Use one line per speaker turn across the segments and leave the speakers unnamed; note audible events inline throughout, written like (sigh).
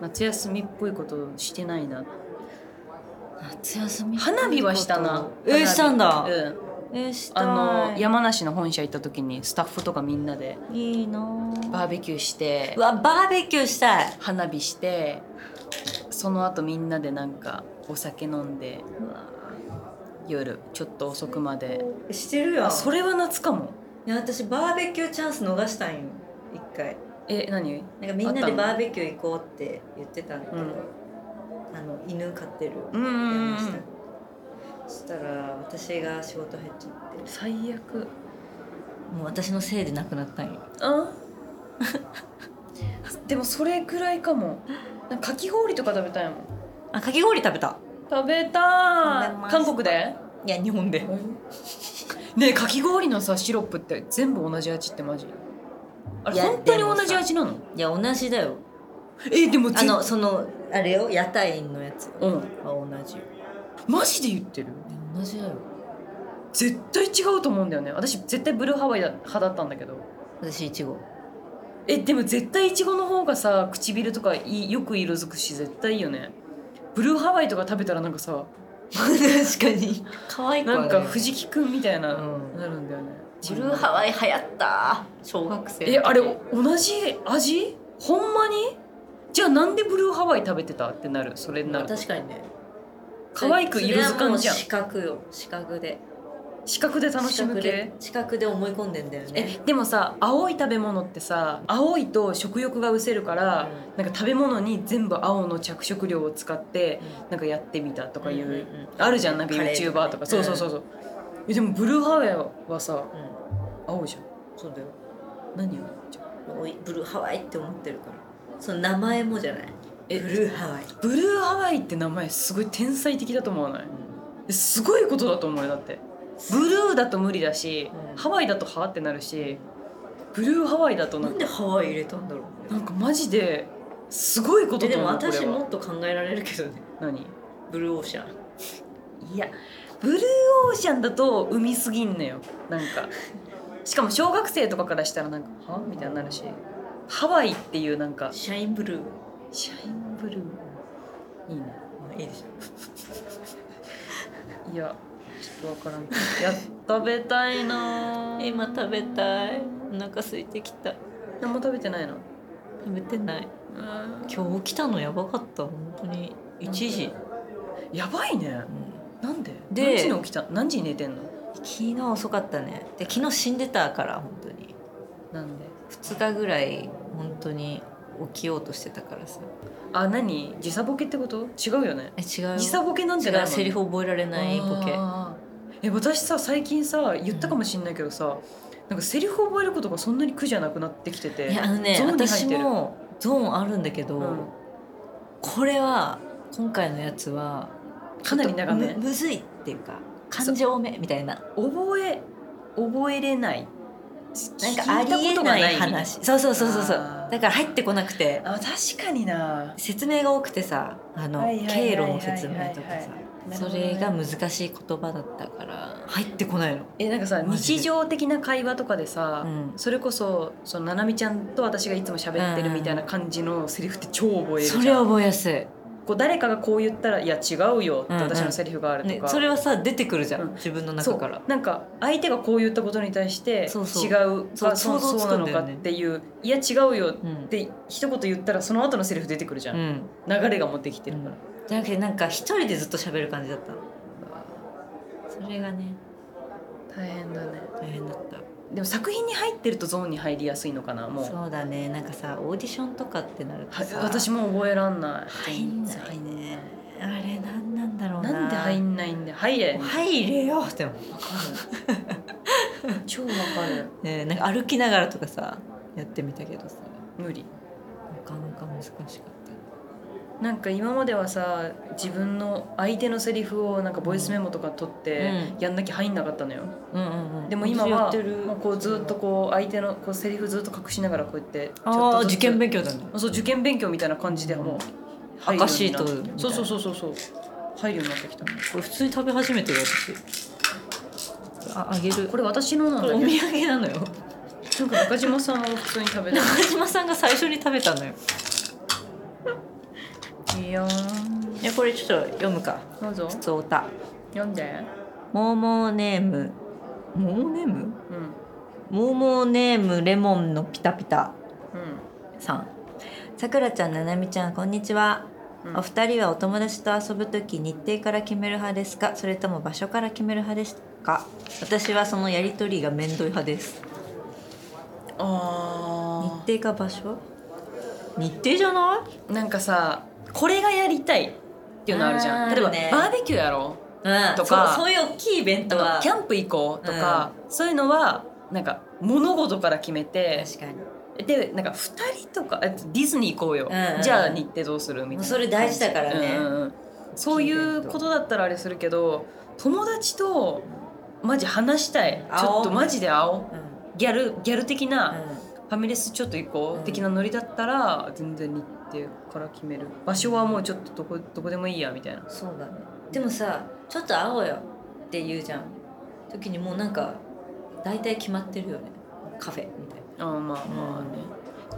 夏休みっぽいことしてないな
夏休み
花火はしたな
えー
花火
したんだ
うん、
えー、したい
あの山梨の本社行った時にスタッフとかみんなで
いいなー
バーベキューして
うわバーベキューしたい
花火してその後みんなでなんかお酒飲んで夜ちょっと遅くまで
してるやん
それは夏かも
いや私バーベキューチャンス逃したんよ一回
え何
なんかみん
あ
な
った
で
の
バーベキュー行こうって言ってたんだけど、
うん
あの犬飼ってる
うんうんうん
山下そしたら私が仕事入っちゃって
最悪
もう私のせいで亡くなったんよ
あ (laughs) でもそれくらいかもなんかかき氷とか食べたいもん
あかき氷食べた
食べた
食べま
い
した
韓国で
いや日本で
ねえかき氷のさシロップって全部同じ味ってマジあ
い
れ
や
本当に
で
同
もさ
じ味なの
いや同じだよ
えでも
あ
全
のそのあれよ屋台のやつは
うん
同じよ
マジで言ってる
同じだよ
絶対違うと思うんだよね私絶対ブルーハワイだ派だったんだけど
私いちご
えでも絶対イチゴの方がさ唇とかいいよく色づくし絶対いいよねブルーハワイとか食べたらなんかさ
(laughs) 確かに可愛く
な
は
ん
い
か藤木くんみたいな、
うん
なるんだよね
ブルーハワイ流行った小学生の時
えあれ同じ味ほんまにじゃあなんでブルーハワイ食べてたってなるそれになると
確かにね
可愛く色づかんじゃん
視覚よ視覚で
視覚で楽しむ系
視覚で思い込んでんだよね
えでもさ青い食べ物ってさ青いと食欲が失せるから、なんか食べ物に全部青の着色料を使ってなんかやってみたとかいう、
うんうんうん
あるじゃんなんか
カレー
YouTuber とかそうそうそうそう、えでもブルーハワイはさ
うんうん
青いじゃん
そうだよ
何をじゃあ
おいブルーハワイって思ってるからその名前もじゃないブ
え
ルーハワイ
ブルーハワイって名前すごい天才的だと思わないえすごいことだと思うよだってブルーだと無理だし、
うん
ハワイだとはってなるしブルーハワイだとな
なんん
か
でハワイ入れたんだろう
なんかマジですごいこと
えで
と思
も
うこれ
私も
は
っと考えられるけどね
何
ブルーオーシャン
いやブルーオーシャンだと海すぎんのよなん (laughs) かしかも小学生とかからしたらなんかはみたいになるしハワイっていうなんか
シャインブルー
シャインブルーいいね
まあいいでし
いやちょっとわからんけどいや食べたいな
ょ
ぁ
今食べたいお腹空いてきた
何も食べてないの
食べてない今日起きたのやばかった本当に1時、
やばいね
うん
なんで
で
何時に起きた何時に寝てんの
昨日遅かったねで昨日死んでたから本当に
なんで
2日ぐらい本当に起きようとしてたからさ
あ何時差ボケってこと違うよね
え違うよ
時差ボケなんじゃ
違
な
う
いもんね
セリフ覚えられないボケ
あーえ私さ最近さ言ったかもしんないけどさ、なんかセリフ覚えることがそんなに苦じゃなくなってきてて
いやあのね
ゾーンに入
私
ってる
もゾーンあるんだけど、
うん
これは今回のやつは
かなり長め
ちょっとむむずいっていうか感情多めみたいな
覚え覚えれない
なんかありえない話そうそうそうそうそう
あー
だから入ってこなくて
あ確かにな
説明が多くてさあの
はいはいはいはい
経路の説明とかさ
なるほ
そ
どね
れが難しい言葉だったから入ってこないの。
えなんかさ
マジで
日常的な会話とかでさ、
うん
それこそそのななみちゃんと私がいつも喋ってるみたいな感じのセリフって超覚えるじゃ
そ
ん
れは覚えやすい、
こう誰かがこう言ったら「いや違うよ」って私のセリフがあるとか、
ね、それはさ出てくるじゃん、
うん
自分の
そ
中
う
から
なんか相手がこう言ったことに対して
そうそう
違う
そう
がそう
想像
そう
つ
な
くん
の
だ
か
よね
っていう「いや違うよ」
うん
って一言言ったらその後のセリフ出てくるじゃん、
うん
流れが持ってきてるから、
じゃなくてなんか一人でずっと喋る感じだったのそれがね
大変だね
大変だった
でも作品に入ってるとゾーンに入りやすいのかなもう
そうだねなんかさオーディションとかってなると
は
さ
私も覚えらんない
入んないねあれなんなんだろうな
なんで入んないんだよ入れ
もう入れよって思う、
わかる超わかる
ね、なんか歩きながらとかさやってみたけどさ
無理
なかなか難しかった
なんか今まではさ自分の相手のセリフをなんかボイスメモとか取って
うん
やんなきゃ入んなかったのよ、
うんうんうん
でも今は
やってる
もうこうずっとこう相手のこうセリフずっと隠しながらこうやってちょっ
あ
と
あ
ずつ
受験勉強だね
そう受験勉強みたいな感じでもう入るようにな
赤シートみたいな
そうそうそうそうそう入るようになってきた
これ普通に食べ始めてる私ああげる
これ私のなん
これ
だ
お
け
土産なのよ
どなんか中島さんも普通に食べてる
中島さんが最初に食べたのよ
いいよー
いやこれちょっと読むか
どうぞ
普通おた
読んで
モーモーネームモーモーネーム
うん
モーモーネームレモンのピタピタ
うん
さんさくらちゃんななみちゃんこんにちは
うん
お二人はお友達と遊ぶとき日程から決める派ですかそれとも場所から決める派ですか私はそのやりとりが面倒い派です
あ
日程か場所日程じゃない
ーなんかさこれがやりたいっていうのあるじゃ
あ
ん
ー
例えば、
あるね
バーベキューやろう
うん
とか
そうそういう大きいイベン
と
ト
か
は
キャンプ行こうとか、そういうのはなんか物事から決めて
確かに
でなんか2人とかえディズニー行こうよ、
うんうん
じゃあ日程どうするみたいな
もうそれ大事だからね
うんうんうんそういうことだったらあれするけど友達とマジ話したいち
会お
ょ
う
っとマジで会おう
うん
ギャルギャル的な、
うん
ファミレスちょっと行こ
うん
う的なノリだったら全然日程から決める場所はもうちょっとどこどこでもいいやみたいな
そうだねでもさちょっと会おうよって言うじゃん時にもうなんか大体決まってるよねカフェみたいな
あーまあまあね、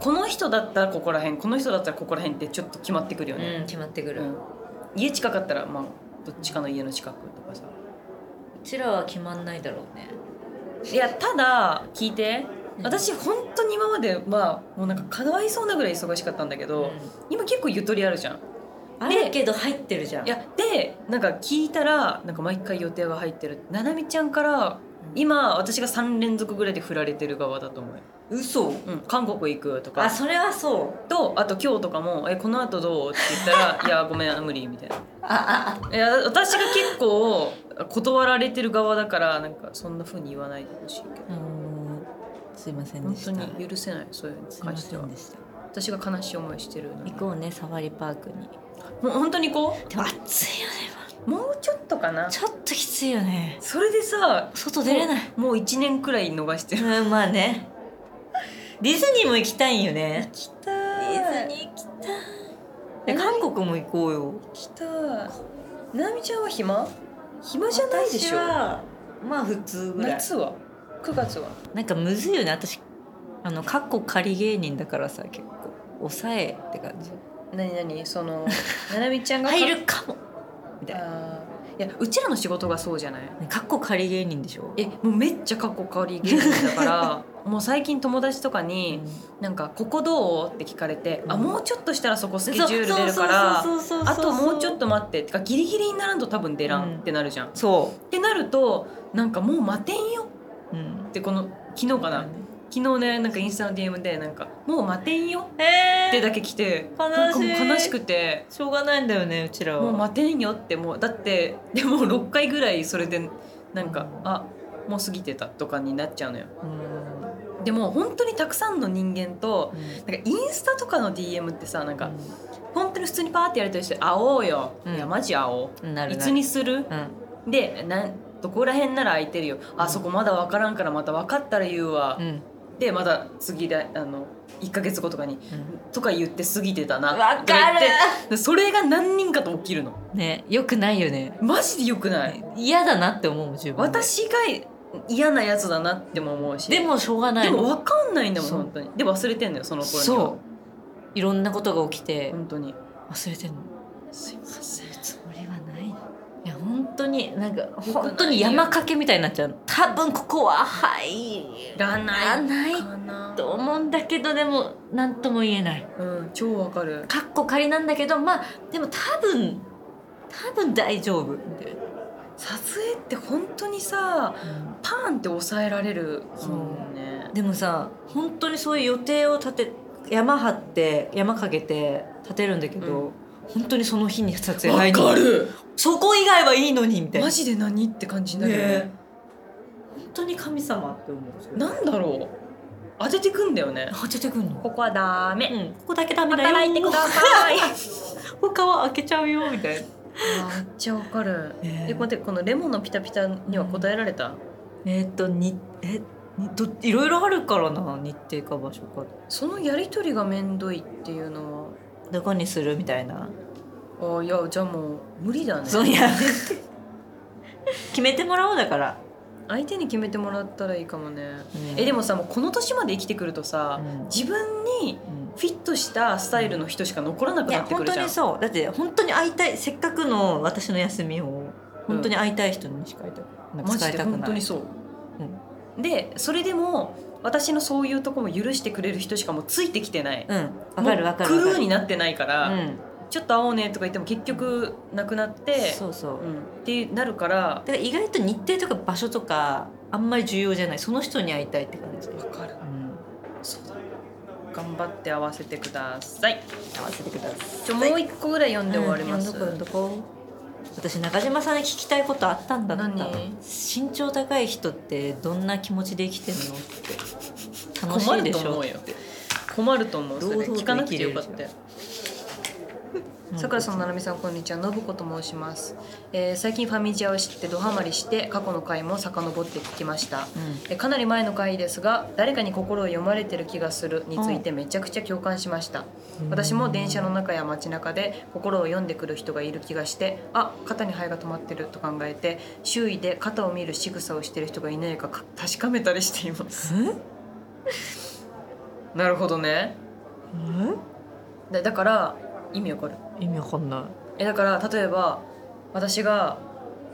この人だったらここら辺この人だったらここら辺ってちょっと決まってくるよね、
うん、決まってくる、
う
うん
家近かったらまあどっちかの家の近くとかさ
ちらは決まんないだろうね
いやただ聞いて
うん
私本当に今まではもうなんかかわいそうなぐらい忙しかったんだけど、
ん
今結構ゆとりあるじゃん
あるけど入ってるじゃん
いやでなんか聞いたらなんか毎回予定が入ってるななみちゃんから
うん
今私が3連続ぐらいで振られてる側だと思うよ、
嘘
うん、韓国行くとか
あそれはそう
とあと今日とかも「えこの後どう?」って言ったら「
(laughs)
いやごめん無理」みたいな
ああ
いや私が結構断られてる側だからなんかそんな風に言わないでほしいけど
あのすいません
本
でし
当
た
に許せないそういうのに
すいま
関して
せ
は
んでした
私が悲しい思いしてるのに
行こうねサファリパークに
もう本当にこ
でも暑いよね
うもうちょっとかな
ちょっときついよね
それでさ
外出れない
もう1年くらい逃してる
うんまあねディズニーも行きたいんよね
き
デ
た
ニー行きたい韓国も行こうよ
きたななみちゃんは暇暇じゃないでしょ
私はまあ普通ぐらい
夏は9月は
なんかむずいよね私あのかっこ仮芸人だからさ結構抑えって感じ
何何そ
(laughs)
のななみちゃんがか
入るかもみたい
あーいやうちらの仕事がそうじゃない
なかっこ仮芸人でしょ
えもうめっちゃかっこ変わり芸人だから (laughs) もう最近友達とか
う
に
ん
「なんかここどう?」って聞かれて「
うん
あもうちょっとしたらそこスケジュール出るから
そうそうそうそう
あ
そう
ともうちょっと待って」てかギリギリにならんと多分出ら
う
ん
ん
ってなるじゃん。
そ
ってなるとなんかもう待てんよ
ううん
ってこの昨日かな昨日ねなんかインスタの DM でなんか「もう待てんよ」
え
って
ー、
だけ来て
悲しい
なんかもう悲しくて。
しょうがないんだよねうちらは
もう待てんよってもうだってでも6回ぐらいそれでなんかあもう過ぎてたとかになっちゃうのよ
うん
でも本当にたくさんの人間となんかインスタとかの DM ってさなんか本当に普通にパーってやりとりして「会おうよ」
うん
いやマジ会おう」
うんなる
い
な
つ
る
にする?
うん」
でなんどこら辺なら空いてるよ
うん
あそこまだ分からんからまた分かったら言うわ、
うん
でまた次だあの1か月後とかに「とか言って過ぎてたな」
わ
と言
か
っ
る
てでそれが何人かと起きるの
ねよくないよね
マジでよくない
嫌だなって思うもん自分で
私が嫌なやつだなっても思うし
でもしょうがない
でも分かんないんだもん
そう
本当にで忘れてんのよその頃には
そういろんなことが起きて
本当に
忘れてんの
すいません
それはないいや本当になんか
くないよ
本当に山かけみたいになっちゃうの多分ここははい
らない
らない
かな
と思うんだけどでも何とも言えない
うん超わかる
かっこ仮なんだけどまあでも多分多分大丈夫みたいな
撮影って本当にさパーンって抑えられるもんね
でもさ本当にそういう予定を立て山張って山かけて立てるんだけど、
う
本当にその日に撮影
わ
に
かる
そこ以外はいいのにみたいな
マジで何って感じになるよね
ね本当に神様って思う
なんだろう当ててくんだよね
当ててくんの
ここはダメ
うん、ここだけダメだよ
さい
(laughs) 他は開けちゃうよみたいな、
あーめっちゃわかる
え
え待ってこのレモンのピタピタには答えられた
えーっとにえにどいろいろあるからな日程か場所か
そのやりとりがめんどいっていうのは
どこにするみたいな、
あーいやじゃあもう無理だね
そうやめて決めてもらおうだから、
(laughs) 相手に決めてもらったらいいかもね、
うん
えでもさもうこの年まで生きてくるとさ、
うん
自分に
うん
フィットしたスタイルの人しか残らなく
い
な
や
ってく
本
る
当
じゃん
にそうだって本当に会いたいせっかくの私の休みを本当に会いたい人にしか会いたくなんか
マ
使
ジ
い
で
たく
本当
な
に
い
そう、でそれでも私のそういうとこも許してくれる人しかもうついてきてない、
うんわかるわかる
も
わ
うク
かる
ルーになってないから、
うん
ちょっと会おうねとか言っても結局なくなって
そうそう、
うん、ってなるから
だから意外と日程とか場所とかあんまり重要じゃないその人に会いたいって感じ、
わかる
うん、
そうだ頑張って合わせてください
合わせてください
ちょもう一個ぐらい読んで終わります、
うん読んどこ読んどこ私中島さんに聞きたいことあったんだった
何
身長高い人ってどんな気持ちで生きてるのって楽し
困
い
る
で
と
し
思
ょ
うよ困ると思うそれ
堂々と
聞かなくてよかったよ
うん
さくらさん、ななみさん、こんにちは。のぶこと申します、えー最近ファミチアを知ってドハマりして、過去の回も遡って聞きました。
うん
えーかなり前の回ですが「誰かに心を読まれてる気がする」についてめちゃくちゃ共感しました、
うん
私も電車の中や街中で心を読んでくる人がいる気がしてあ肩に灰が止まってると考えて周囲で肩を見る仕草をしてる人がいないかか確かめたりしてい
(laughs)
ますなるほどねだだから意味わかる
え意味わかんない
えだから例えば私が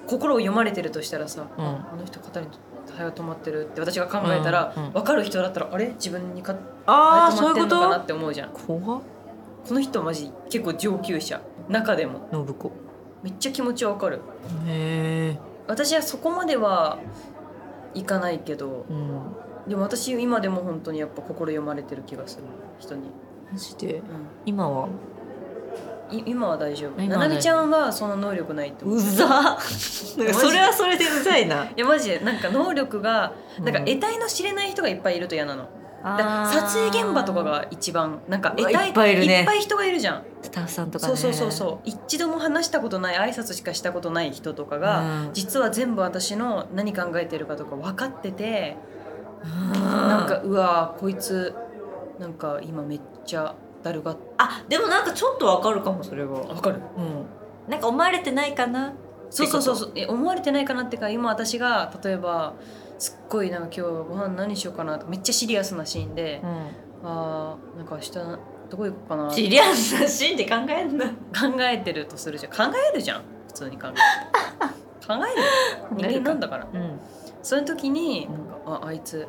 心を読まれてるとしたらさ、
うん
ああの人肩に肺が止まってるって私が考えたら、
うんうん
分かる人だったらあれ自分にか
ああ
肺止
そ
ま
う
っ
い
て
うんこ
のかなっ
と
て思うじゃんこ
怖っ
の人マジ結構上級者中でも
信子
めっちゃ気持ちわかる
へえ
私はそこまではいかないけど
うん
でも私今でも本当にやっぱ心読まれてる気がする人に、
マジで
う
今は
んい今は大丈夫
今
な
は大丈
な
夫
みちゃんはその能力ないって思う
うざなんかそれはそれでうざいない
やマジでなんか能力がなんか
うん
得体の知れない人がいっぱいいると嫌なの。だ
あー
撮影現場とかが一番なんか
うわ
得体
いっぱいいるね
いっぱい人がいるじゃん。
スタッフさんとか
そ
ね
うそうそうそう。一度も話したことない挨拶しかしたことない人とかが、
うん
実は全部私の何考えてるかとか分かってて、
な
なんかうわーこいつなんか今めっちゃだるがっ
あでもなんかちょっとわかるかもそれ
わ
は
かる。
うんなんか思われてないかな
そうそうそうそうえ思われてないかなってか今私が例えばすっごいなんか今日ご飯何しようかなとかめっちゃシリアスなシーンで、
う
あーなんか明日どこ行こうかなん
シリアスなシーンって考えんな
考えてるとするじゃん考えるじゃん普通に考える (laughs) 考えるよ人間なんだから
うん
そういう時に
うん
なんかああいつ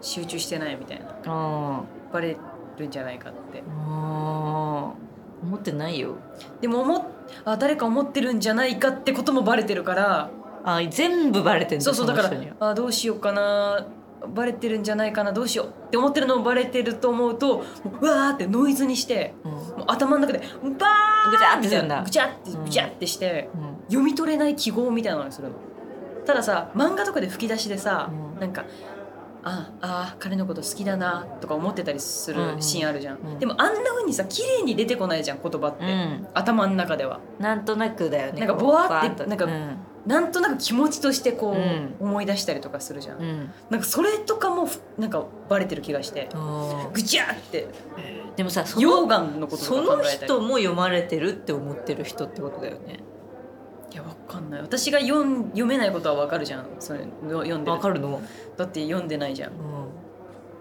集中してないみたいな
あ
バレるんじゃないかって
ーあー思ってないよ
でも思っあ誰か思ってるんじゃないかってこともバレてるから
あ全部バレてんだ
そうそうだ
の
か
人
ら
には
あどうしようかなバレてるんじゃないかなどうしようって思ってるのもバレてると思うともううわーってノイズにして
うん
もう頭の中でバーン
ぐちゃって
み
す
た
る
い
ん
な
だ
ぐちゃってぐちゃってして。
うん
読み取れない記号みたいなのにするのたださ漫画とかで吹き出しでさ、
うん
なんかああ彼のこと好きだなとか思ってたりす
うんう
る
ん
シーンあるじゃん、
うん
でもあんな風にさ綺麗に出てこないじゃん言葉って、
うん
頭の中では
なんとなくだよね
なんかぼわって
こう
なんか
うん
なんとなく気持ちとしてこう、
うん
思い出したりとかするじゃん、
うん
なんかそれとかもふなんかバレてる気がして
あ
ぐちゃって
ーでもさそ
溶
の
岩のこと
そ
とか考
の
えたり
人も読まれてるって思ってる人ってことだよね
いやわかんない私が読ん読めないことはわかるじゃんそれの読んでる
わかるの
だって読んでないじゃん
うん
い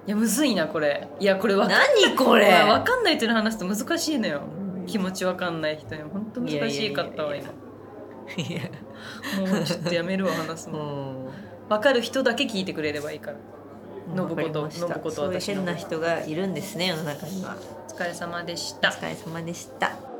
やむずいなこれいやこれわかん
何これ
わかんない人に話すと難しいのよ気持ちわかんない人にほんと難しかったわ
いや
今
いいや
もうちょっとやめるわ話す
(laughs) う
の
ん
わかる人だけ聞いてくれればいいから
わかり
信子と
ました
信子と
そういう
私の
変な人がいるんですね世の中には
お疲れ様でし
お
た
疲れ様でした